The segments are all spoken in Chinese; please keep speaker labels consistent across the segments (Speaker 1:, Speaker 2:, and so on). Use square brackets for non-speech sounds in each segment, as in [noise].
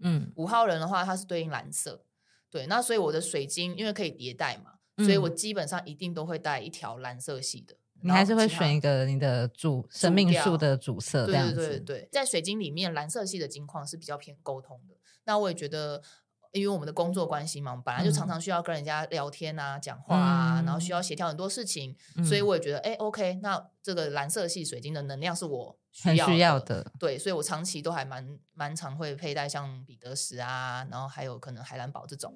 Speaker 1: 嗯
Speaker 2: 五号人的话，它是对应蓝色。对，那所以我的水晶因为可以迭代嘛，所以我
Speaker 1: 嗯
Speaker 2: 基本上一定都会带一条蓝色系的。
Speaker 1: 你
Speaker 2: 然
Speaker 1: 还
Speaker 2: 后
Speaker 1: 是会
Speaker 2: 其他
Speaker 1: 选一个你的主生命
Speaker 2: 调
Speaker 1: 树的主色这
Speaker 2: 对
Speaker 1: 样
Speaker 2: 对
Speaker 1: 子。
Speaker 2: 对对对，在水晶里面，蓝色系的金矿是比较偏沟通的。那我也觉得，因为我们的工作关系嘛，我们本来就常
Speaker 1: 嗯
Speaker 2: 常需要跟人家聊天啊、讲话啊，然后需
Speaker 1: 嗯
Speaker 2: 要协调很多事情，所以
Speaker 1: 嗯
Speaker 2: 我也觉得，哎，OK，那这个蓝色系水晶的能量是我
Speaker 1: 很需要
Speaker 2: 的。
Speaker 1: 的。
Speaker 2: 对，所以我长期都还蛮蛮常会佩戴像彼得石啊，然后还有可能海蓝宝这种。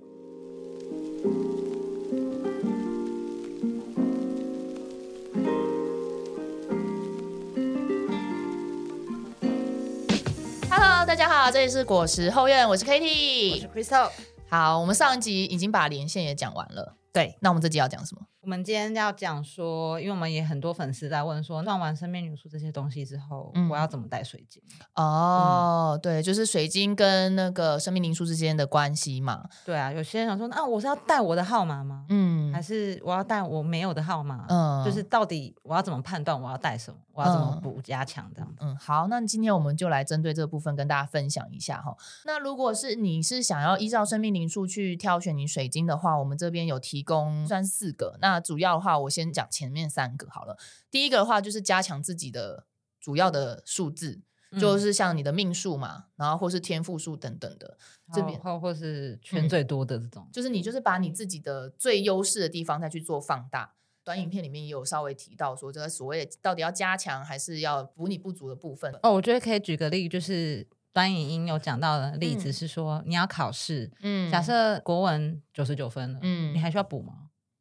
Speaker 2: Hello，大家好，这里是果实后院，我是 k a t i
Speaker 3: 我
Speaker 2: e
Speaker 3: 是 Crystal。
Speaker 2: 好，我们上一集已经把连线也讲完了，
Speaker 3: 对，
Speaker 2: 那我们这集要讲什么？
Speaker 3: 我们今天要讲说，因为我们也很多粉丝在问说，弄完生命元素这些东西之后，
Speaker 2: 嗯
Speaker 3: 我要怎么戴水晶？
Speaker 2: 哦、对，就是水晶跟那个生命灵数之间的关系嘛。
Speaker 3: 对啊，有些人想说，那、我是要带我的号码吗？
Speaker 2: 嗯
Speaker 3: 还是我要带我没有的号码？
Speaker 2: 嗯
Speaker 3: 就是到底我要怎么判断我要带什么？我要怎么
Speaker 2: 嗯
Speaker 3: 补加强这样子？
Speaker 2: 嗯，好，那今天我们就来针对这部分跟大家分享一下哈。那如果是你是想要依照生命灵数去挑选你水晶的话，我们这边有提供算四个。那主要的话，我先讲前面三个好了。第一个的话就是加强自己的主要的数字，就
Speaker 3: 嗯
Speaker 2: 是像你的命数嘛，然后或是天赋数等等的，这边
Speaker 3: 然后或是圈
Speaker 2: 嗯
Speaker 3: 最多的这种，
Speaker 2: 就是你就是把你自己的最优势的地方再去做放大。短影片里面也有稍微提到说，这个所谓的到底要加强还是要补你不足的部分。
Speaker 3: 哦，我觉得可以举个例，就是端影音有讲到的例子
Speaker 2: 嗯
Speaker 3: 是说，你要考试，
Speaker 2: 嗯
Speaker 3: 假设国文九十九分了，
Speaker 2: 嗯
Speaker 3: 你还需要补吗？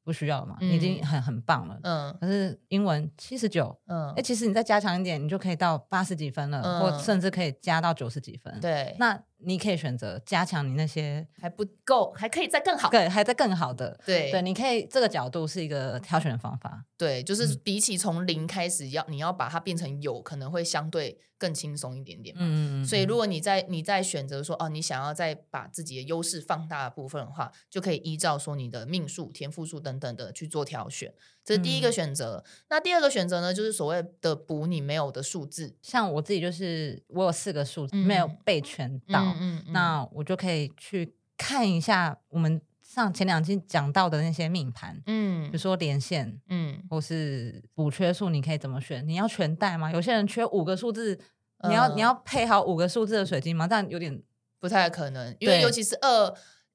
Speaker 3: 不需要了嘛，你已经
Speaker 2: 嗯
Speaker 3: 很很棒了。
Speaker 2: 嗯
Speaker 3: 可是英文七十九，
Speaker 2: 嗯
Speaker 3: 哎，，其实你再加强一点，你就可以到八十几分了，
Speaker 2: 嗯
Speaker 3: 或甚至可以加到九十几分。，
Speaker 2: 对，
Speaker 3: 那你可以选择加强你那些
Speaker 2: 还不够，还可以再更好。
Speaker 3: 对，还在更好的。
Speaker 2: 对
Speaker 3: 对，你可以这个角度是一个挑选的方法。
Speaker 2: 对就是
Speaker 3: 嗯
Speaker 2: 比起从零开始要，你要把它变成有，可能会相对更轻松一点点。
Speaker 3: 嗯
Speaker 2: 所以，如果你在你在选择说哦，你想要再把自己的优势放大的部分的话，就可以依照说你的命数、天赋数等等的去做挑选，这是第一个
Speaker 3: 嗯
Speaker 2: 选择。那第二个选择呢，就是所谓的补你没有的数字。
Speaker 3: 像我自己就是我有四个数字
Speaker 2: 嗯
Speaker 3: 没有被全到，
Speaker 2: 嗯嗯
Speaker 3: 那我就可以去看一下我们上前两期讲到的那些命盘，
Speaker 2: 嗯
Speaker 3: 比如说连线
Speaker 2: 嗯，
Speaker 3: 或是补缺数，你可以怎么选？你要全带吗？有些人缺五个数字，你要、
Speaker 2: 嗯
Speaker 3: 你要配好五个数字的水晶吗？这样有点
Speaker 2: 不太可能，因为
Speaker 3: 对
Speaker 2: 尤其是二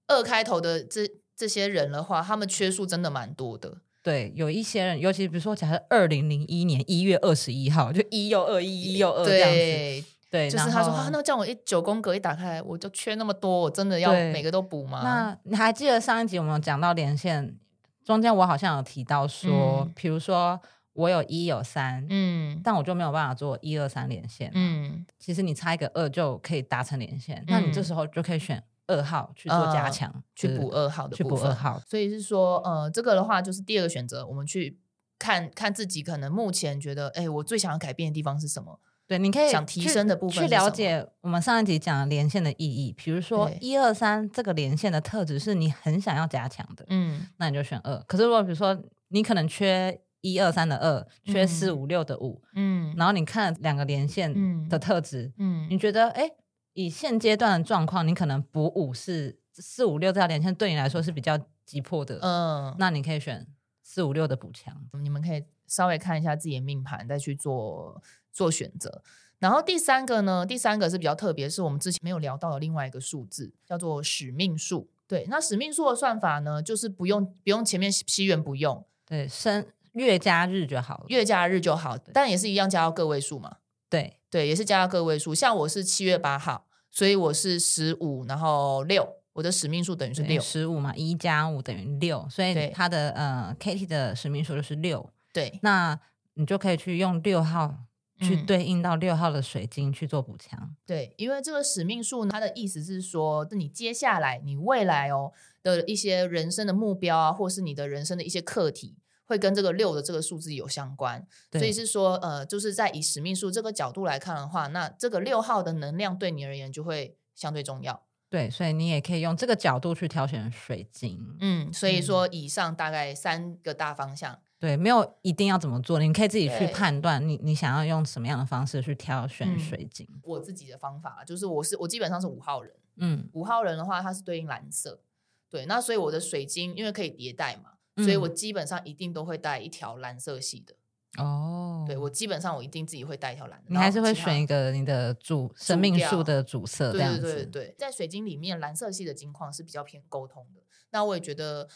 Speaker 2: 二开头的这这些人的话，他们缺数真的蛮多的。
Speaker 3: 对。有一些人，尤其比如说，假设二零零一年一月二十一号，就一又二一，一又二这样子，
Speaker 2: 对，
Speaker 3: 对，
Speaker 2: 就是
Speaker 3: 然
Speaker 2: 他说
Speaker 3: 后
Speaker 2: 啊，那这样我一九宫格一打开，我就缺那么多，我真的要
Speaker 3: 对
Speaker 2: 每个都补吗？
Speaker 3: 那你还记得上一集我们有讲到连线中间，我好像有提到说，
Speaker 2: 嗯
Speaker 3: 比如说我有一有三、
Speaker 2: 嗯
Speaker 3: 但我就没有办法做一二三连线。
Speaker 2: 嗯，
Speaker 3: 其实你差一个二就可以达成连线，那你这时候就可以选二号去做加强，
Speaker 2: 呃去
Speaker 3: 就是
Speaker 2: 补二号的
Speaker 3: 去
Speaker 2: 部
Speaker 3: 补
Speaker 2: 分
Speaker 3: 二。号。
Speaker 2: 所以是说，呃，这个的话就是第二个选择，我们去看看自己可能目前觉得，哎，我最想要改变的地方是什么？
Speaker 3: 对，你可以
Speaker 2: 想提
Speaker 3: 去
Speaker 2: 升的部分
Speaker 3: 去
Speaker 2: 是什
Speaker 3: 了
Speaker 2: 么
Speaker 3: 解我们上一集讲的连线的意义，比如说
Speaker 2: 对
Speaker 3: 一二三这个连线的特质是你很想要加强的，
Speaker 2: 嗯
Speaker 3: 那你就选二。可是如果比如说你可能缺一二三的二，缺四
Speaker 2: 嗯
Speaker 3: 五六的五，
Speaker 2: 嗯
Speaker 3: 然后你看了两个连线
Speaker 2: 嗯
Speaker 3: 的特质，你
Speaker 2: 嗯
Speaker 3: 觉得哎，诶以现阶段的状况，你可能补五是四五六这条连线对你来说是比较急迫的，
Speaker 2: 嗯，
Speaker 3: 那你可以选四五六的补强。
Speaker 2: 你们可以稍微看一下自己的命盘，再去做做选择。然后第三个呢，第三个是比较特别，是我们之前没有聊到的另外一个数字，叫做使命数。对，那使命数的算法呢，就是不用不用前面西西元不用，
Speaker 3: 对，生月加日就好了。
Speaker 2: 月加日就好，但也是一样加到个位数嘛。
Speaker 3: 对，
Speaker 2: 对，也是加到个位数。像我是七月八号，所以我是十五，然后六，我的使命数等于是六。
Speaker 3: 十五嘛，一加五等于六，所
Speaker 2: 对
Speaker 3: 以它的呃 Kitty 的使命数就是六，
Speaker 2: 对，
Speaker 3: 那你就可以去用六号去
Speaker 2: 嗯
Speaker 3: 对应到六号的水晶去做补强。
Speaker 2: 对，因为这个使命数呢，它的意思是说，你接下来你未来哦的一些人生的目标啊，或是你的人生的一些课题，会跟这个六的这个数字有相关。所以
Speaker 3: 对
Speaker 2: 是说，呃，就是在以使命数这个角度来看的话，那这个六号的能量对你而言就会相对重要。
Speaker 3: 对，所以你也可以用这个角度去挑选水晶。
Speaker 2: 嗯，所以说以上大概三个大方向。
Speaker 3: 对，没有一定要怎么做，你可以自己去
Speaker 2: 对
Speaker 3: 判断你你想要用什么样的方式去挑选
Speaker 2: 嗯
Speaker 3: 水晶。
Speaker 2: 我自己的方法就是，我是我基本上是五号人，
Speaker 3: 嗯
Speaker 2: 五号人的话，它是对应蓝色。对，那所以我的水晶因为可以迭代嘛，所以我
Speaker 3: 嗯
Speaker 2: 基本上一定都会带一条蓝色系的。
Speaker 3: 哦，
Speaker 2: 对我基本上我一定自己会带一条蓝的。
Speaker 3: 你
Speaker 2: 然后
Speaker 3: 还是会
Speaker 2: 其他
Speaker 3: 选一个你的主生命树的主色这
Speaker 2: 对
Speaker 3: 样
Speaker 2: 对
Speaker 3: 子，
Speaker 2: 对对对，在水晶里面，蓝色系的金矿是比较偏沟通的。那我也觉得，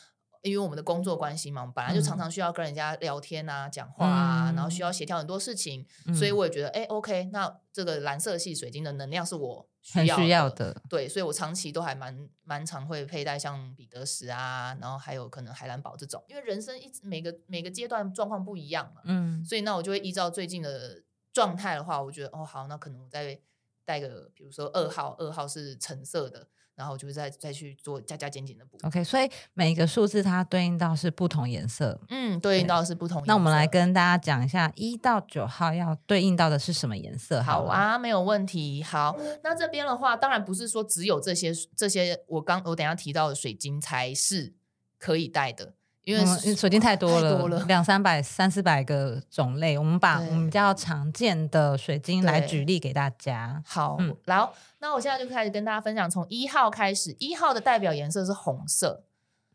Speaker 2: 因为我们的工作关系嘛，我们本来就常
Speaker 3: 嗯
Speaker 2: 常需要跟人家聊天啊、讲话啊，然后需
Speaker 3: 嗯
Speaker 2: 要协调很多事情，
Speaker 3: 嗯
Speaker 2: 所以我也觉得，哎，OK，那这个蓝色系水晶的能量是我
Speaker 3: 很需要
Speaker 2: 的。
Speaker 3: 的，
Speaker 2: 对，所以我长期都还蛮蛮常会佩戴像彼得石啊，然后还有可能海蓝宝这种，因为人生一直每个每个阶段状况不一样嘛，
Speaker 3: 嗯
Speaker 2: 所以那我就会依照最近的状态的话，我觉得哦好，那可能我再带个，比如说二号，二号是橙色的，然后我就再再去做加加减减的补。
Speaker 3: ，OK，所以每一个数字它对应到是不同颜色。
Speaker 2: 嗯，对应到的是不同颜色。
Speaker 3: 那我们来跟大家讲一下，一到九号要对应到的是什么颜色好
Speaker 2: 好
Speaker 3: 了，
Speaker 2: 啊，没有问题。好，那这边的话，当然不是说只有这些这些我刚我等一下提到的水晶才是可以戴的，因为
Speaker 3: 嗯因为水晶太多
Speaker 2: 太
Speaker 3: 了，
Speaker 2: 多了
Speaker 3: 两三百、三四百个种类。我们把
Speaker 2: 对
Speaker 3: 我们比较常见的水晶来
Speaker 2: 对
Speaker 3: 举例给大家。
Speaker 2: 好，
Speaker 3: 嗯
Speaker 2: 然后那我现在就开始跟大家分享，从一号开始，一号的代表颜色是红色，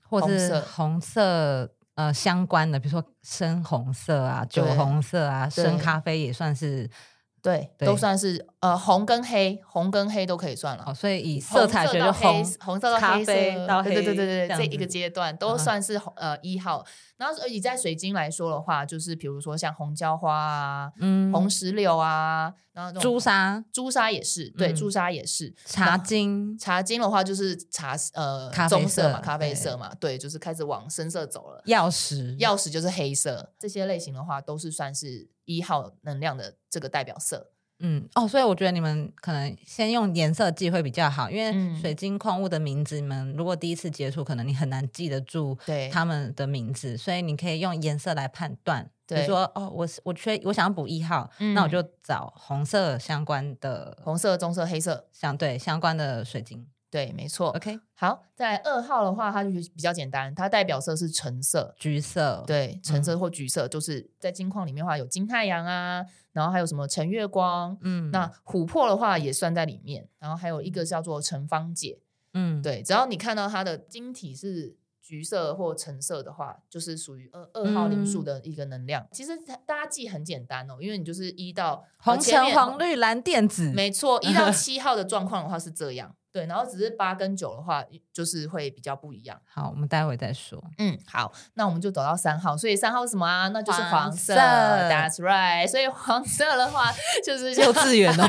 Speaker 3: 或
Speaker 2: 红
Speaker 3: 是
Speaker 2: 色
Speaker 3: 红色呃相关的，比如说深红色啊、酒
Speaker 2: 对
Speaker 3: 红色啊、深
Speaker 2: 对
Speaker 3: 咖啡也算是
Speaker 2: 对，
Speaker 3: 对
Speaker 2: 都算是呃红跟黑，红跟黑都可以算了。
Speaker 3: 哦，所以以色彩学就
Speaker 2: 到
Speaker 3: 红
Speaker 2: 黑，红色到
Speaker 3: 咖
Speaker 2: 黑色，
Speaker 3: 啡到黑
Speaker 2: 对对对
Speaker 3: 这
Speaker 2: 对对，
Speaker 3: 样
Speaker 2: 这
Speaker 3: 子嗯
Speaker 2: 一个阶段都算是红呃一号。然后以在水晶来说的话，就是比如说像红椒花啊、
Speaker 3: 嗯，
Speaker 2: 红石榴啊，然后这种
Speaker 3: 朱砂、
Speaker 2: 朱砂也是，对，
Speaker 3: 嗯
Speaker 2: 朱砂也是。
Speaker 3: 茶晶，
Speaker 2: 茶晶的话就是茶呃
Speaker 3: 咖啡
Speaker 2: 棕色嘛，
Speaker 3: 色
Speaker 2: 咖啡
Speaker 3: 对
Speaker 2: 色嘛，对，就是开始往深色走了。
Speaker 3: 钥匙，
Speaker 2: 钥匙就是黑色，这些类型的话都是算是一号能量的这个代表色。
Speaker 3: 嗯，哦，所以我觉得你们可能先用颜色记会比较好，因为
Speaker 2: 嗯
Speaker 3: 水晶矿物的名字，你们如果第一次接触，可能你很难记得住
Speaker 2: 对
Speaker 3: 他们的名字，所以你可以用颜色来判断。比如
Speaker 2: 对嗯
Speaker 3: 说，哦，我是我缺我想要补一号，那我就找红色相关的
Speaker 2: 红色、棕色、黑色，
Speaker 3: 相对相关的水晶。
Speaker 2: 对，没错。
Speaker 3: OK，
Speaker 2: 好，再来二号的话，它就比较简单，它代表色是橙色。
Speaker 3: 橘色，，
Speaker 2: 对，橙
Speaker 3: 嗯
Speaker 2: 色或橘色，就是在金矿里面的话，有金太阳啊，然后还有什么橙月光，
Speaker 3: 嗯，
Speaker 2: 那琥珀的话也算在里面，然后还有一个叫做橙方解，
Speaker 3: 嗯，
Speaker 2: 对，只要你看到它的晶体是橘色或橙色的话，就是属于二二号灵
Speaker 3: 嗯
Speaker 2: 数的一个能量。其实它大家记很简单哦，因为你就是一到呃
Speaker 3: 红
Speaker 2: 前
Speaker 3: 橙
Speaker 2: 面
Speaker 3: 黄绿蓝靛紫，
Speaker 2: 没错，一 [laughs] 到七号的状况的话是这样。对，然后只是八跟九的话，就是会比较不一样。
Speaker 3: 好，我们待会再说。
Speaker 2: [laughs] 嗯，好，那我们就走到三号，所以三号是什么啊？那就是
Speaker 3: 黄
Speaker 2: 黄色
Speaker 3: 色
Speaker 2: ，That's right。所以黄色的 [laughs] 话就是
Speaker 3: 幼稚园哦，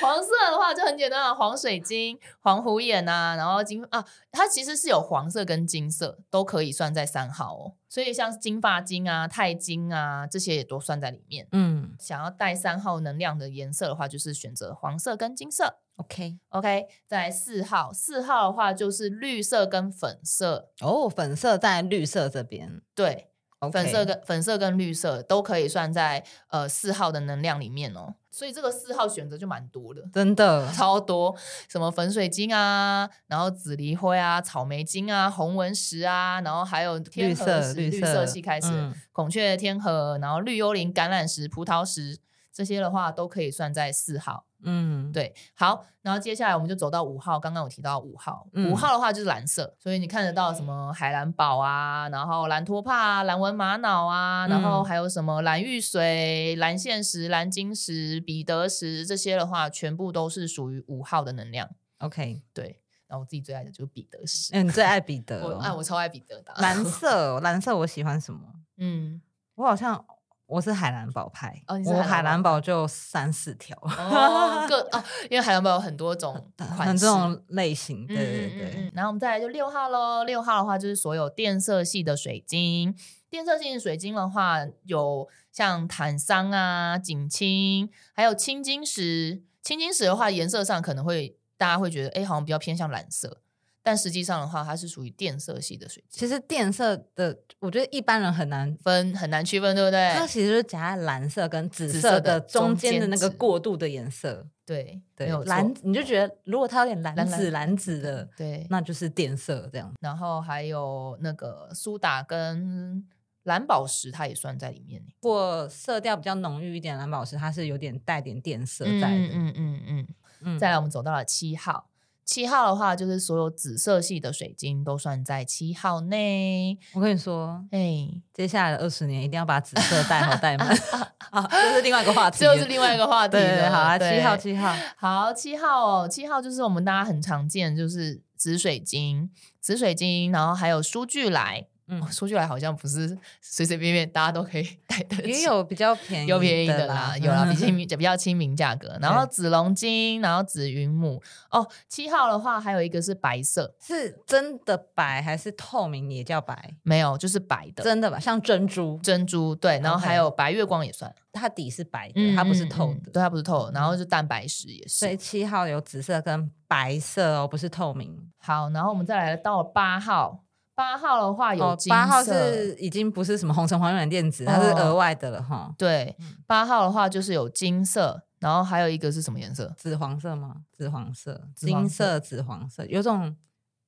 Speaker 2: 黄色的话就很简单了，黄水晶、黄虎眼啊，然后金啊，它其实是有黄色跟金色都可以算在三号哦。所以像金发晶啊、钛金啊这些也都算在里面。
Speaker 3: [laughs] 嗯
Speaker 2: 想要带三号能量的颜色的话，就是选择黄色跟金色。
Speaker 3: ，OK，
Speaker 2: OK，再来四号，四号的话就是绿色跟粉色，
Speaker 3: 哦，粉色在绿色这边
Speaker 2: 对，
Speaker 3: ，OK，
Speaker 2: 粉色跟粉色跟绿色都可以算在呃四号的能量里面哦。所以这个四号选择就蛮多的。 [laughs]
Speaker 3: 真的，
Speaker 2: 超多，什么粉水晶啊，然后紫离灰啊，草莓晶啊，红纹石啊，然后还有天河
Speaker 3: 色
Speaker 2: 石
Speaker 3: 绿
Speaker 2: 绿
Speaker 3: 色
Speaker 2: 系开始，
Speaker 3: 嗯
Speaker 2: 孔雀天河，然后绿幽灵、橄榄石、葡萄石这些的话，都可以算在四号。
Speaker 3: 嗯，
Speaker 2: 对，好，然后接下来我们就走到五号。刚刚我提到五号，五、
Speaker 3: 嗯
Speaker 2: 号的话就是蓝色，所以你看得到什么海蓝宝啊，然后蓝托帕啊、蓝纹玛瑙啊，然后
Speaker 3: 嗯
Speaker 2: 还有什么蓝玉髓、蓝线石、蓝晶石、彼得石这些的话，全部都是属于五号的能量。
Speaker 3: ，OK，
Speaker 2: 对，然后我自己最爱的就是彼得石，
Speaker 3: 嗯，你
Speaker 2: [laughs]
Speaker 3: 最爱彼得
Speaker 2: 我
Speaker 3: 哦，
Speaker 2: 啊，我超爱彼得的啊，
Speaker 3: 蓝色，蓝色我喜欢什么？
Speaker 2: 嗯，
Speaker 3: 我好像我是海蓝宝派，
Speaker 2: 哦你是
Speaker 3: 我
Speaker 2: 海蓝
Speaker 3: 海蓝
Speaker 2: 宝
Speaker 3: 宝就三四条，
Speaker 2: 哦，各哦，因为海蓝宝有很多种
Speaker 3: 很
Speaker 2: 款
Speaker 3: 这
Speaker 2: 式，
Speaker 3: 种类型，对对
Speaker 2: 嗯
Speaker 3: 对，
Speaker 2: 嗯嗯嗯然后我们再来就六号喽，六号的话就是所有电色系的水晶，电色系的水晶的话有像坦桑啊、锦青，还有青金石。青金石的话，颜色上可能会大家会觉得，哎，好像比较偏向蓝色，但实际上的话，它是属于电色系的水
Speaker 3: 其
Speaker 2: 晶，
Speaker 3: 实电色的，我觉得一般人很难
Speaker 2: 分很难区分，对不对？
Speaker 3: 它其实就是夹在蓝色跟紫
Speaker 2: 紫
Speaker 3: 色
Speaker 2: 色
Speaker 3: 的
Speaker 2: 的
Speaker 3: 中
Speaker 2: 中
Speaker 3: 间的
Speaker 2: 间
Speaker 3: 那个
Speaker 2: 值
Speaker 3: 过渡的颜色，
Speaker 2: 对，
Speaker 3: 对
Speaker 2: 没有，错
Speaker 3: 蓝你就觉得如果它有点蓝
Speaker 2: 蓝
Speaker 3: 紫
Speaker 2: 蓝
Speaker 3: 蓝紫的，
Speaker 2: 对。
Speaker 3: 那就是电色这样。
Speaker 2: 然后还有那个苏打跟蓝宝石，它也算在里面。
Speaker 3: 或色调比较浓郁一点，蓝宝石它是有点带点电色在的。
Speaker 2: 嗯嗯嗯嗯。
Speaker 3: 嗯
Speaker 2: 再来，我们走到了七号。七号的话，就是所有紫色系的水晶都算在七号内。
Speaker 3: 我跟你说，
Speaker 2: 哎，
Speaker 3: 接下来的二十年一定要把紫色带好
Speaker 2: [laughs]
Speaker 3: 带
Speaker 2: 啊
Speaker 3: 满， [laughs] 好，这是另外一个话题
Speaker 2: 这
Speaker 3: 了，
Speaker 2: 又是另外一个话题
Speaker 3: 对对对，
Speaker 2: 了。
Speaker 3: 好啊，
Speaker 2: 对
Speaker 3: 七号七
Speaker 2: [laughs]
Speaker 3: 号，
Speaker 2: 好，七号哦，七号就是我们大家很常见，就是紫水晶、紫水晶，然后还有书具来。
Speaker 3: 嗯
Speaker 2: 嗯，书具来好像不是随随便便大家都可以带得
Speaker 3: 也
Speaker 2: 起。
Speaker 3: 有比较便宜
Speaker 2: 有便宜的
Speaker 3: 啦
Speaker 2: 啦，，有啦，比
Speaker 3: 嗯 [laughs]
Speaker 2: 亲民比较亲民价格。然后紫龙晶，然后紫云母。哦，七号的话还有一个是白色，
Speaker 3: 是真的白还是透明也叫白？
Speaker 2: 没有就是白的
Speaker 3: 真的吧，像珍珠，
Speaker 2: 珍珠，对，然后
Speaker 3: OK
Speaker 2: 还有白月光也算，
Speaker 3: 它底是白的，它不是透
Speaker 2: 嗯嗯嗯
Speaker 3: 的。
Speaker 2: 对，它不是透的，然后就蛋白石也
Speaker 3: 所以
Speaker 2: 是。
Speaker 3: 七号有紫色跟白色哦，不是透明。
Speaker 2: 好，然后我们再来到了八号，八号的话有
Speaker 3: 哦，
Speaker 2: 金色，哦
Speaker 3: 八号是已经不是什么红橙黄绿蓝靛紫，它是额外的了哈。
Speaker 2: 对
Speaker 3: 嗯，
Speaker 2: 八号的话就是有金色，然后还有一个是什么颜色？
Speaker 3: 紫黄色吗？紫黄色，
Speaker 2: 紫黄
Speaker 3: 金
Speaker 2: 色
Speaker 3: 色紫黄色，有种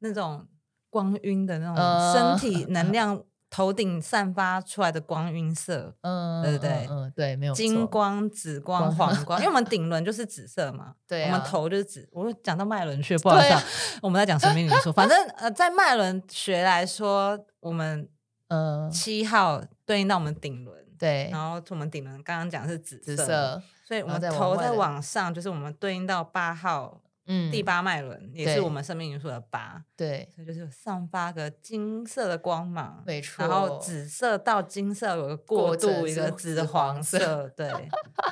Speaker 3: 那种光晕的那
Speaker 2: 呃
Speaker 3: 种身体能量，头顶散发出来的光晕色，
Speaker 2: 嗯，
Speaker 3: 对对对
Speaker 2: 嗯嗯，对，没有错
Speaker 3: 金，光、紫光、
Speaker 2: 光 [laughs]
Speaker 3: 黄光，因为我们顶轮就是紫色嘛，
Speaker 2: 对
Speaker 3: 我
Speaker 2: 啊
Speaker 3: 们头就是紫。我讲到脉轮去，不好意思
Speaker 2: 对
Speaker 3: 啊
Speaker 2: 啊，
Speaker 3: 我们在讲神秘学说，反正呃，在脉轮学来说，我们
Speaker 2: 嗯，
Speaker 3: 七号对应到我们顶轮，
Speaker 2: 对
Speaker 3: 然，后我们顶轮刚刚讲的是紫
Speaker 2: 紫色，
Speaker 3: 所以我们
Speaker 2: 然后再往
Speaker 3: 头
Speaker 2: 外
Speaker 3: 再
Speaker 2: 的
Speaker 3: 往上，就是我们对应到八号
Speaker 2: 嗯，
Speaker 3: 第八脉轮，也
Speaker 2: 对
Speaker 3: 是我们生命元素的八，
Speaker 2: 对，
Speaker 3: 所以就是散发个金色的光芒，
Speaker 2: 没错，
Speaker 3: 然后紫色到金色有个过
Speaker 2: 过
Speaker 3: 渡，
Speaker 2: 程
Speaker 3: 一
Speaker 2: 是
Speaker 3: 个
Speaker 2: 紫
Speaker 3: 紫黄
Speaker 2: 黄色
Speaker 3: 色，
Speaker 2: [laughs]
Speaker 3: 对，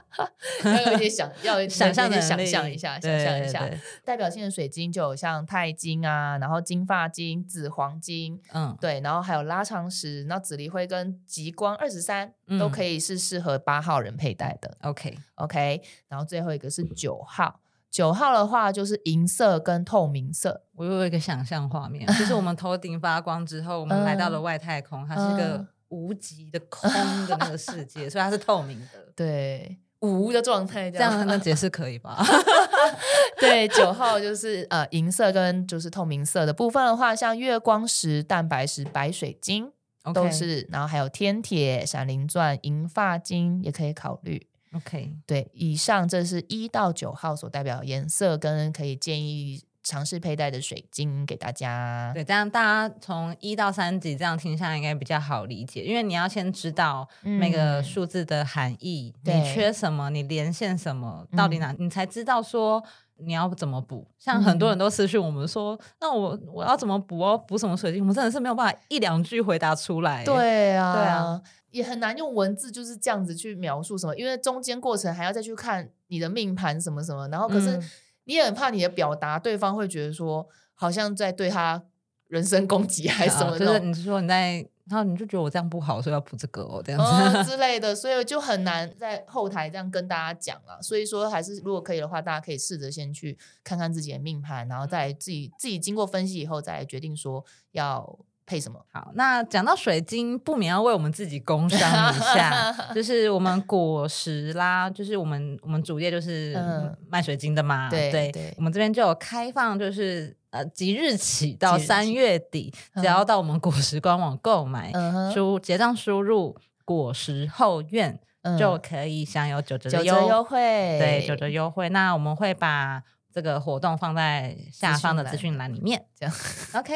Speaker 2: [laughs] 要有一
Speaker 3: [laughs]
Speaker 2: 点想，要有
Speaker 3: 想象
Speaker 2: 一
Speaker 3: 的
Speaker 2: 点想象一下，想象一下，代表性的水晶就有像钛金啊，然后金发晶、紫黄金，
Speaker 3: 嗯，
Speaker 2: 对，然后还有拉长石，那紫离灰跟极光二十三都
Speaker 3: 嗯
Speaker 2: 可以是适合八号人佩戴的。
Speaker 3: ，OK，
Speaker 2: OK，然后最后一个是九号，九号的话就是银色跟透明色，
Speaker 3: 我又有一个想象画面，就是我们头顶发光之后，我们来到了外太空，它是一个
Speaker 2: 嗯
Speaker 3: 无极的空的那个世界，所以它是透明
Speaker 2: [laughs]
Speaker 3: 的。
Speaker 2: 对，无的状态这
Speaker 3: 这
Speaker 2: 样。
Speaker 3: 样那解释可以吧？
Speaker 2: 对，九号就是呃银色跟就是透明色的部分的话，像月光石、蛋白石、白水晶都
Speaker 3: OK，
Speaker 2: 是然后还有天铁、闪灵钻、银发晶也可以考虑。
Speaker 3: OK，
Speaker 2: 对，以上这是一到九号所代表的颜色跟可以建议尝试佩戴的水晶给大家。
Speaker 3: 对，这样大家从一到三级这样听下来应该比较好理解，因为你要先知道每个
Speaker 2: 嗯
Speaker 3: 数字的含义，
Speaker 2: 对嗯
Speaker 3: 你缺什么，你连线什么，到底哪，你才知道说。你要怎么补？像很多
Speaker 2: 嗯
Speaker 3: 人都私讯我们说，那我我要怎么补哦？补什么水晶？我们真的是没有办法一两句回答出来。，
Speaker 2: 对啊，
Speaker 3: 对啊，
Speaker 2: 也很难用文字就是这样子去描述什么，因为中间过程还要再去看你的命盘什么什么，然后可是
Speaker 3: 嗯
Speaker 2: 你也很怕你的表达，对方会觉得说好像在对他人身攻击还是什么
Speaker 3: 啊
Speaker 2: 那
Speaker 3: 就是
Speaker 2: 种
Speaker 3: 你是说你在，然后你就觉得我这样不好，所以要补这个哦，这样子。 [laughs]
Speaker 2: 嗯之类的，所以就很难在后台这样跟大家讲了。所以说，还是如果可以的话，大家可以试着先去看看自己的命盘，然后再来自己自己经过分析以后，再来决定说要配什么。
Speaker 3: 好，那讲到水晶，不免要为我们自己工商一
Speaker 2: [laughs]
Speaker 3: 下，就是我们果实啦，就是我们我们主业就是
Speaker 2: 嗯
Speaker 3: 卖水晶的嘛，
Speaker 2: 对对
Speaker 3: 我们这边就有开放，就是呃即日起到
Speaker 2: 即日起
Speaker 3: 三月底，
Speaker 2: 嗯
Speaker 3: 只要到我们果实官网购买，
Speaker 2: 嗯哼
Speaker 3: 输结账输入果实后院、
Speaker 2: 嗯
Speaker 3: 就可以享有九折
Speaker 2: 九
Speaker 3: 的
Speaker 2: 折优
Speaker 3: 优
Speaker 2: 惠，
Speaker 3: 对九折优惠。那我们会把这个活动放在下方的
Speaker 2: 资
Speaker 3: 资
Speaker 2: 讯
Speaker 3: 讯栏里面， [laughs]
Speaker 2: 这样
Speaker 3: OK。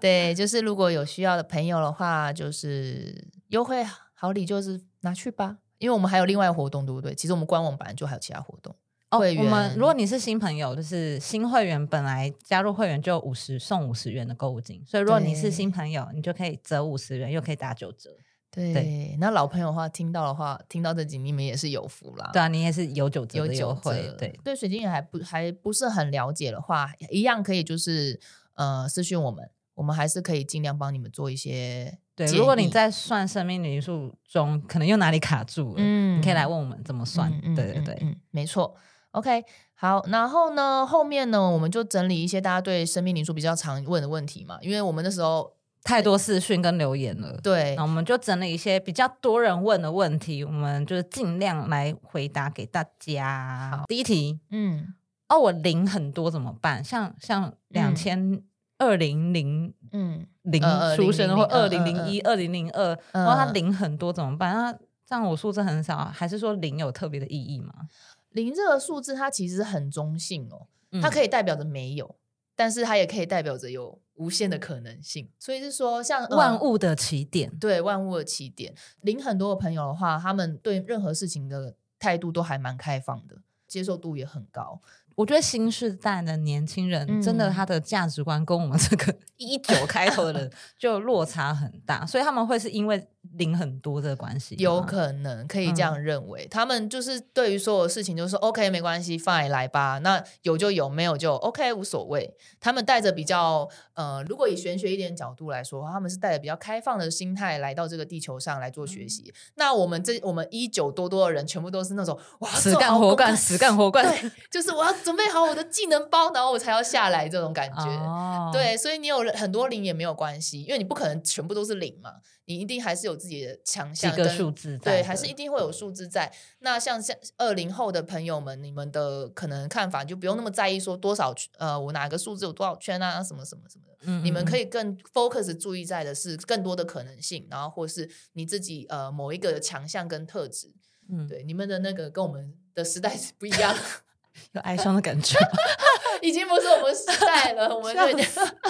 Speaker 2: 对，就是如果有需要的朋友的话，就是优惠好礼就是拿去吧，因为我们还有另外活动，对不对？其实我们官网本来就还有其他活动，
Speaker 3: 哦，
Speaker 2: 会
Speaker 3: 我们
Speaker 2: 员
Speaker 3: 如果你是新朋友，就是新会员，本来加入会员就五十送五十元的购物金，所以如果你是
Speaker 2: 对
Speaker 3: 新朋友，你就可以折五十元，又可以打九折。
Speaker 2: 对。那老朋友的话，听到的话，听到这集你们也是有福啦。
Speaker 3: 对啊，你也是有九折
Speaker 2: 有
Speaker 3: 的优
Speaker 2: 九
Speaker 3: 惠
Speaker 2: 折，，
Speaker 3: 对，
Speaker 2: 对，水晶也还不还不是很了解的话，一样可以就是呃私讯我们，我们还是可以尽量帮你们做一些
Speaker 3: 对。
Speaker 2: 建
Speaker 3: 如果你
Speaker 2: 议
Speaker 3: 在算生命灵数中，可能又哪里卡住了，
Speaker 2: 嗯
Speaker 3: 你可以来问我们怎么算。
Speaker 2: 嗯嗯
Speaker 3: 对对
Speaker 2: 嗯
Speaker 3: 对，
Speaker 2: 嗯，没错。OK，好，然后呢，后面呢，我们就整理一些大家对生命灵数比较常问的问题嘛，因为我们那时候
Speaker 3: 太多私讯跟留言了。
Speaker 2: 对
Speaker 3: 那我们就整理一些比较多人问的问题，我们就是尽量来回答给大家。第一题，
Speaker 2: 嗯
Speaker 3: 哦，我零很多怎么办？像像两
Speaker 2: 嗯
Speaker 3: 千二零零
Speaker 2: 嗯
Speaker 3: 零
Speaker 2: 呃
Speaker 3: 出生的，或二零
Speaker 2: 2000
Speaker 3: 零一、二零零二，然
Speaker 2: 嗯
Speaker 3: 后他零很多怎么办？那这样我数字啊很少，还是说零有特别的意义吗？
Speaker 2: 零这个数字它其实很中性哦，
Speaker 3: 嗯
Speaker 2: 它可以代表着没有，但是它也可以代表着有无限的可能性。所以是说像，呃
Speaker 3: 万物的起点，
Speaker 2: 对万物的起点。领很多的朋友的话，他们对任何事情的态度都还蛮开放的，接受度也很高。
Speaker 3: 我觉得新时代的年轻人，真的
Speaker 2: 嗯
Speaker 3: 他的价值观跟我们这
Speaker 2: [laughs]
Speaker 3: 个一九开头的人就落差很大，所以他们会是因为零很多的关系吗，
Speaker 2: 有可能可以这
Speaker 3: 嗯
Speaker 2: 样认为，他们就是对于所有事情就是说 OK 没关系，fine 来吧，那有就有，没有就 OK 无所谓。他们带着比较呃，如果以玄学一点角度来说，他们是带着比较开放的心态来到这个地球上来做学
Speaker 3: 嗯
Speaker 2: 习。那我们这我们一九多多的人，全部都是那种哇，
Speaker 3: 死干活干，
Speaker 2: 死。
Speaker 3: 死干活干，
Speaker 2: 哦对，就是我要准备好我的技能包，然后我才要下来这种感觉。
Speaker 3: 哦，
Speaker 2: 对，所以你有很多零也没有关系，因为你不可能全部都是零嘛，你一定还是有自己的强
Speaker 3: 几
Speaker 2: 项
Speaker 3: 个
Speaker 2: 跟
Speaker 3: 数字在
Speaker 2: 对，
Speaker 3: 的，
Speaker 2: 还是一定会有数字在。那像像二零后的朋友们，你们的可能看法就不用那么在意说多少呃，我哪个数字有多少圈啊，什么什么什么的。
Speaker 3: 嗯
Speaker 2: 你们可
Speaker 3: 以
Speaker 2: 以更 focus 注意在的是更多的可能性，然后或是你自己呃某一个强项跟特质。
Speaker 3: 嗯
Speaker 2: 对，你们的那个跟我们的时代是不一样的。
Speaker 3: 有哀伤的感觉，
Speaker 2: [laughs] 已经不是我们时代了，我们就已经 [laughs]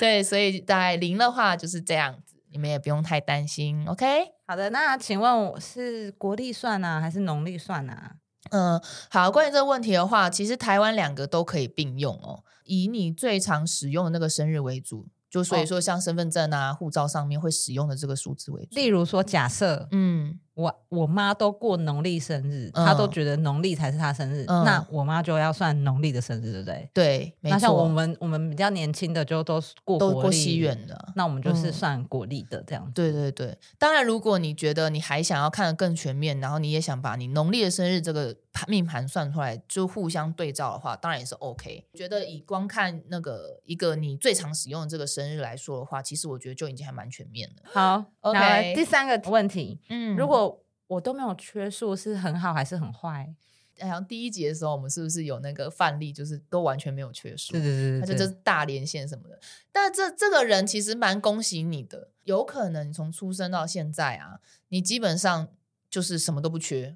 Speaker 2: 对，所以大概零的话就是这样子，你们也不用太担心，OK？
Speaker 3: [laughs] 好的，那请问我是国历算啊，还是农历算啊？
Speaker 2: 嗯，好，关于这个问题的话，其实台湾两个都可以并用哦，以你最常使用的那个生日为主，就
Speaker 3: 哦
Speaker 2: 所以说像身份证啊、护照上面会使用的这个数字为主
Speaker 3: 例。如说，假设
Speaker 2: 嗯，
Speaker 3: 我我妈都过农历生日，她都
Speaker 2: 嗯
Speaker 3: 觉得农历才是她生日，
Speaker 2: 嗯
Speaker 3: 那我妈就要算农历的生日，对不对？
Speaker 2: 对，没
Speaker 3: 那像我
Speaker 2: 错，
Speaker 3: 们我们比较年轻的就都是过
Speaker 2: 都
Speaker 3: 国
Speaker 2: 过
Speaker 3: 历
Speaker 2: 西元的啊。
Speaker 3: 那我们就是
Speaker 2: 嗯
Speaker 3: 算国历的这样子。
Speaker 2: 对对对，当然，如果你觉得你还想要看得更全面，然后你也想把你农历的生日这个盘命盘算出来，就互相对照的话，当然也是 OK。觉得以光看那个一个你最常使用的这个生日来说的话，其实我觉得就已经还蛮全面了。
Speaker 3: 好
Speaker 2: OK
Speaker 3: 然后第三个问题，
Speaker 2: 嗯
Speaker 3: 如果我都没有缺数，是很好还是很坏？
Speaker 2: 好像哎第一集的时候，我们是不是有那个范例，就是都完全没有缺数？
Speaker 3: 对对
Speaker 2: 他
Speaker 3: 对
Speaker 2: 就
Speaker 3: 对
Speaker 2: 就是
Speaker 3: 对，
Speaker 2: 大连线什么的。但这这个人其实蛮恭喜你的，有可能你从出生到现在啊，你基本上就是什么都不缺，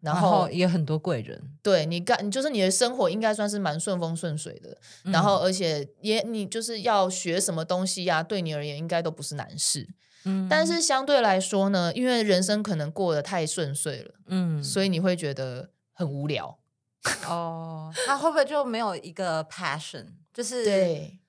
Speaker 2: 然
Speaker 3: 然
Speaker 2: 后
Speaker 3: 后也很多贵人，
Speaker 2: 对你干，你就是你的生活应该算是蛮顺风顺水的，
Speaker 3: 嗯
Speaker 2: 然后而且也你就是要学什么东西呀、对你而言应该都不是难事。
Speaker 3: 嗯，嗯
Speaker 2: 但是相对来说呢，因为人生可能过得太顺遂了，
Speaker 3: 嗯，
Speaker 2: 所以你会觉得很无聊。
Speaker 3: 哦，他会不会就没有一个 passion？就是
Speaker 2: 对，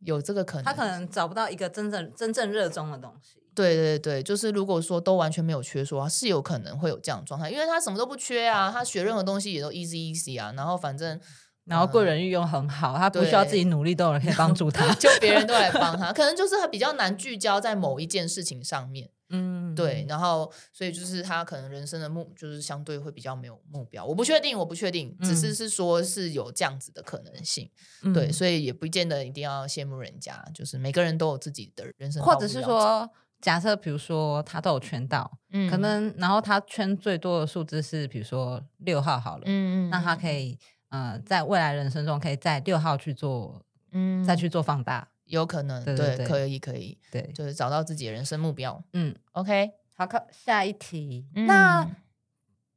Speaker 2: 有这个可能。
Speaker 3: 他可能找不到一个真正真正热衷的东西。
Speaker 2: 对对对，就是如果说都完全没有缺说，是有可能会有这样的状态，因为他什么都不缺啊，他学任何东西也都 easy easy 啊，然后反正。
Speaker 3: 然后贵人运用很好，他不需要自己努力，都有人可以帮助他
Speaker 2: 就别人都来帮他，可能就是他比较难聚焦在某一件事情上面。
Speaker 3: [laughs] 嗯，
Speaker 2: 对，，然后所以就是他可能人生的目就是相对会比较没有目标，我不确定，我不确定，只是
Speaker 3: 嗯
Speaker 2: 是说是有这样子的可能性，对，所以也不见得一定要羡慕人家，就是每个人都有自己的人生道
Speaker 3: 或
Speaker 2: 路要走，
Speaker 3: 者是说，假设比如说他都有圈到，
Speaker 2: 嗯，
Speaker 3: 可能然后他圈最多的数字是比如说六号好了，
Speaker 2: 嗯，嗯，
Speaker 3: 那他可
Speaker 2: 以
Speaker 3: 以呃在未来人生中可以在六号去做、
Speaker 2: 嗯
Speaker 3: 再去做放大，
Speaker 2: 有可能
Speaker 3: 对对对
Speaker 2: 可以可以，
Speaker 3: 对，
Speaker 2: 就是找到自己的人生目标
Speaker 3: 嗯，
Speaker 2: ，OK，
Speaker 3: 好，看下一题，那
Speaker 2: 嗯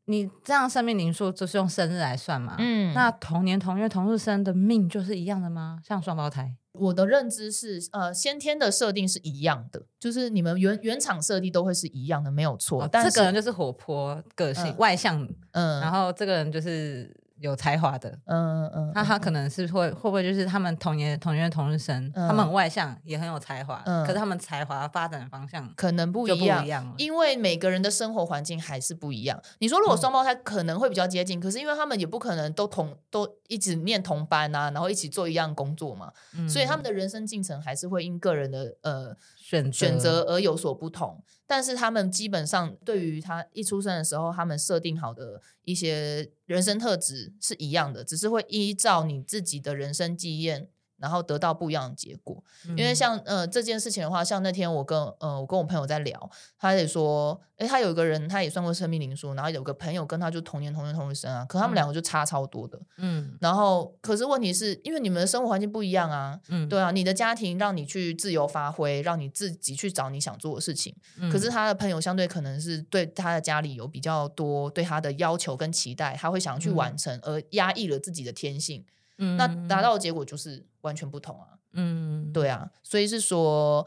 Speaker 3: 你这样生命灵数就是用生日来算嘛？
Speaker 2: 嗯
Speaker 3: 那同年同月同日生的命就是一样的吗？像双胞胎？
Speaker 2: 我的认知是，呃，先天的设定是一样的，就是你们原原厂设定都会是一样的，没有错。
Speaker 3: 哦
Speaker 2: 但
Speaker 3: 这
Speaker 2: 是，
Speaker 3: 个人就是活泼、个性、
Speaker 2: 嗯
Speaker 3: 外向，
Speaker 2: 嗯，
Speaker 3: 然后这个人就是有才华的。
Speaker 2: 嗯，嗯嗯，
Speaker 3: 那他可能是会会不会就是他们同年同月同日生，
Speaker 2: 嗯
Speaker 3: 他们很外向，也很有才华，
Speaker 2: 嗯
Speaker 3: 可是他们才华发展方向
Speaker 2: 可能不
Speaker 3: 就
Speaker 2: 一
Speaker 3: 不
Speaker 2: 样
Speaker 3: 一。样了。
Speaker 2: 因为每个人的生活环境还是不一样。你说如果双胞胎可能会比较接近，可是因为他们也不可能都同都一直念同班啊，然后一起做一样工作嘛，
Speaker 3: 嗯
Speaker 2: 所以他们的人生进程还是会因个人的呃
Speaker 3: 选
Speaker 2: 选择而有所不同。但是他们基本上对于他一出生的时候，他们设定好的一些人生特质是一样的，只是会依照你自己的人生经验，然后得到不一样的结果。
Speaker 3: 嗯
Speaker 2: 因为像呃这件事情的话，像那天我跟呃我跟我朋友在聊，他也说，诶，他有一个人他也算过生命灵数，然后有个朋友跟他就同年同月同日生啊，可他们两个就差超多的。
Speaker 3: 嗯
Speaker 2: 然后可是问题是因为你们的生活环境不一样啊，
Speaker 3: 嗯
Speaker 2: 对啊，你的家庭让你去自由发挥，让你自己去找你想做的事情。
Speaker 3: 嗯
Speaker 2: 可是他的朋友相对可能是对他的家里有比较多对他的要求跟期待，他会想要去完成，而压抑了自己的天性。
Speaker 3: 嗯
Speaker 2: 那达到的结果就是完全不同啊。
Speaker 3: 嗯，
Speaker 2: 对啊，所以是说，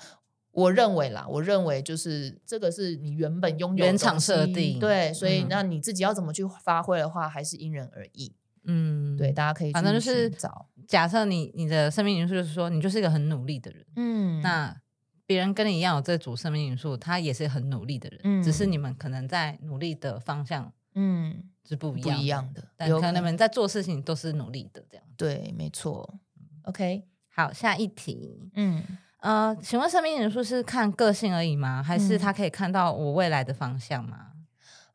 Speaker 2: 我认为啦，我认为就是这个是你原本拥有的
Speaker 3: 原厂
Speaker 2: 东西
Speaker 3: 设定
Speaker 2: 对，所以
Speaker 3: 嗯
Speaker 2: 那你自己要怎么去发挥的话，还是因人而异。
Speaker 3: 嗯
Speaker 2: 对，。大家可以
Speaker 3: 反正
Speaker 2: 去
Speaker 3: 就是
Speaker 2: 寻找，
Speaker 3: 假设你你的生命因素就是说你就是一个很努力的人，
Speaker 2: 嗯
Speaker 3: 那别人跟你一样有这组生命因素，他也是很努力的人，
Speaker 2: 嗯
Speaker 3: 只是你们可能在努力的方向
Speaker 2: 嗯
Speaker 3: 是不一
Speaker 2: 不
Speaker 3: 样
Speaker 2: 一样的，
Speaker 3: 但
Speaker 2: 有
Speaker 3: 可能你
Speaker 2: 能
Speaker 3: 们在做事情都是努力的这样。
Speaker 2: 对，没错。OK，
Speaker 3: 嗯好，下一题，
Speaker 2: 嗯
Speaker 3: 呃，请问生命因素是看个性而已吗？还是他可以看到我未来的方向吗？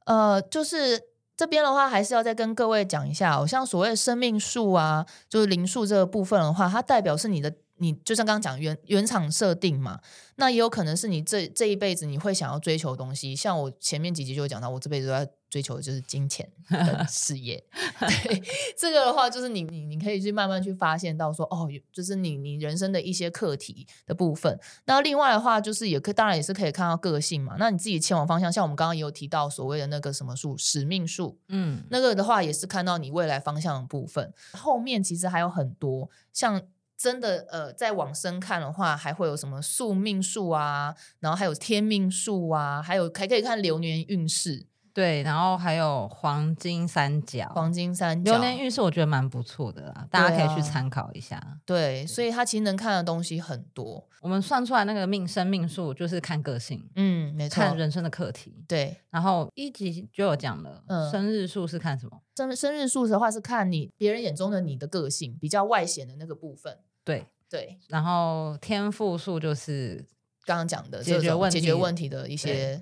Speaker 2: 呃，就是。这边的话，还是要再跟各位讲一下、哦，像所谓的生命数啊，就是灵数这个部分的话，它代表是你的，你就像刚刚讲原原厂设定嘛，那也有可能是你这这一辈子你会想要追求的东西。像我前面几集就有讲到，我这辈子都在追求的就是金钱跟事业。对，这个的话就是你你你可以去慢慢去发现到说，哦，就是你你人生的一些课题的部分。那另外的话就是也可当然也是可以看到个性嘛。那你自己前往方向，像我们刚刚也有提到所谓的那个什么数使命数，
Speaker 3: 嗯
Speaker 2: 那个的话也是看到你未来方向的部分。后面其实还有很多，像真的呃，再往深看的话，还会有什么宿命数啊，然后还有天命数啊，还有还可以看流年运势、
Speaker 3: 对，然后还有黄金三角，啊
Speaker 2: 黄金三角、
Speaker 3: 流年运势我觉得蛮不错的啦，大家可以去参考一下。
Speaker 2: 对，所以它其实能看的东西很多。
Speaker 3: 我们算出来那个命生命数就是看个性，
Speaker 2: 嗯，没错，
Speaker 3: 看人生的课题。
Speaker 2: 对。
Speaker 3: 然后一集就有讲了，
Speaker 2: 嗯
Speaker 3: 生日数是看什么？
Speaker 2: 生生日数的话是看你别人眼中的你的个性比较外显的那个部分，
Speaker 3: 对，
Speaker 2: 对，
Speaker 3: 然后天赋数就是
Speaker 2: 刚刚讲的
Speaker 3: 解
Speaker 2: 这
Speaker 3: 决
Speaker 2: 种
Speaker 3: 问
Speaker 2: 解
Speaker 3: 题
Speaker 2: 决问题的一些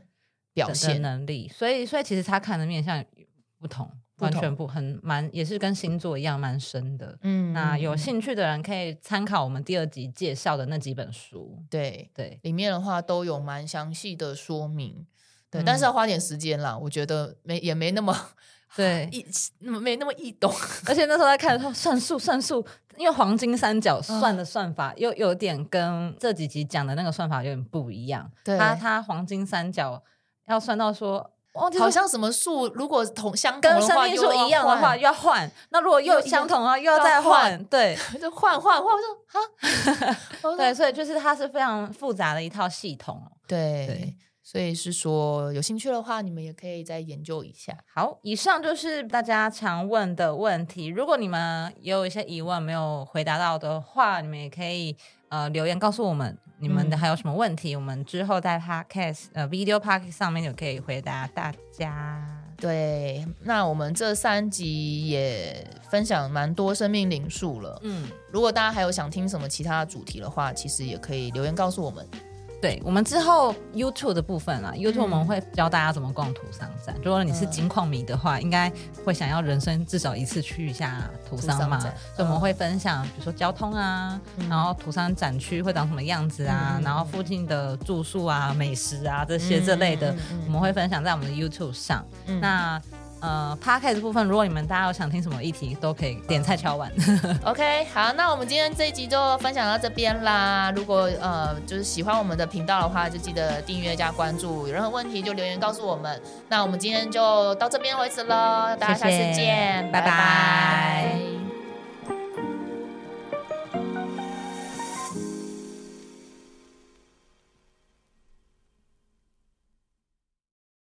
Speaker 2: 表
Speaker 3: 的
Speaker 2: 现，
Speaker 3: 能力，所以所以其实他看的面相不同，
Speaker 2: 不
Speaker 3: 完
Speaker 2: 同
Speaker 3: 全不很蛮也是跟星座一样蛮深的。
Speaker 2: 嗯
Speaker 3: 那有
Speaker 2: 嗯嗯
Speaker 3: 兴趣的人可以参考我们第二集介绍的那几本书。
Speaker 2: 对
Speaker 3: 对，
Speaker 2: 里面的话都有蛮详细的说明，对，
Speaker 3: 嗯
Speaker 2: 但是要花点时间啦，我觉得没也没那么
Speaker 3: 对
Speaker 2: 易， [laughs] 那么没那么易懂，
Speaker 3: [laughs] 而且那时候在看的时候，算数算数，因为黄金三角
Speaker 2: 嗯
Speaker 3: 算的算法又有点跟这几集讲的那个算法有点不一样。
Speaker 2: 对
Speaker 3: 它它黄金三角要算到说，哦，就是
Speaker 2: 好像什么数如果同相同
Speaker 3: 跟
Speaker 2: 的
Speaker 3: 生
Speaker 2: 话
Speaker 3: 命
Speaker 2: 又
Speaker 3: 数
Speaker 2: 要
Speaker 3: 一样的话
Speaker 2: 换
Speaker 3: 又要换，那如果又
Speaker 2: 又一样
Speaker 3: 相同的话又要
Speaker 2: 要
Speaker 3: 再
Speaker 2: 换
Speaker 3: 换，对
Speaker 2: 就换换换，我说哈，我
Speaker 3: [laughs]
Speaker 2: 说 [laughs]
Speaker 3: 对，所以就是它是非常复杂的一套系统哦。
Speaker 2: 对
Speaker 3: 对
Speaker 2: 所以是说有兴趣的话，你们也可以再研究一下。
Speaker 3: 好，以上就是大家常问的问题。如果你们也有一些疑问没有回答到的话，你们也可以呃留言告诉我们你们的
Speaker 2: 嗯
Speaker 3: 还有什么问题，我们之后在 podcast 呃 video podcast 上面就可以回答大家。
Speaker 2: 对，那我们这三集也分享蛮多生命灵数了。
Speaker 3: 嗯，
Speaker 2: 如果大家还有想听什么其他的主题的话，其实也可以留言告诉我们。
Speaker 3: 对，我们之后 YouTube 的部分啊，YouTube 我
Speaker 2: 嗯
Speaker 3: 们会教大家怎么逛土商站。如果你是
Speaker 2: 嗯
Speaker 3: 金矿迷的话，应该会想要人生至少一次去一下土
Speaker 2: 土
Speaker 3: 商
Speaker 2: 桑
Speaker 3: 嘛，
Speaker 2: 展
Speaker 3: 所以我们会分享，比如说交通啊，
Speaker 2: 嗯
Speaker 3: 然后土商展区会长什么样子啊，
Speaker 2: 嗯嗯嗯
Speaker 3: 然后附近的住宿啊、美食啊这些这类的，
Speaker 2: 嗯嗯嗯嗯
Speaker 3: 我们会分享在我们的 YouTube 上。
Speaker 2: 嗯
Speaker 3: 那呃 p a c k a g e 部分，如果你们大家有想听什么议题，都可以点菜敲碗。
Speaker 2: 嗯 OK，好，那我们今天这一集就分享到这边啦。如果呃就是喜欢我们的频道的话，就记得订阅加关注。有任何问题就留言告诉我们。那我们今天就到这边为止喽，大家下次
Speaker 3: 谢谢
Speaker 2: 见，
Speaker 3: 拜拜
Speaker 2: 拜拜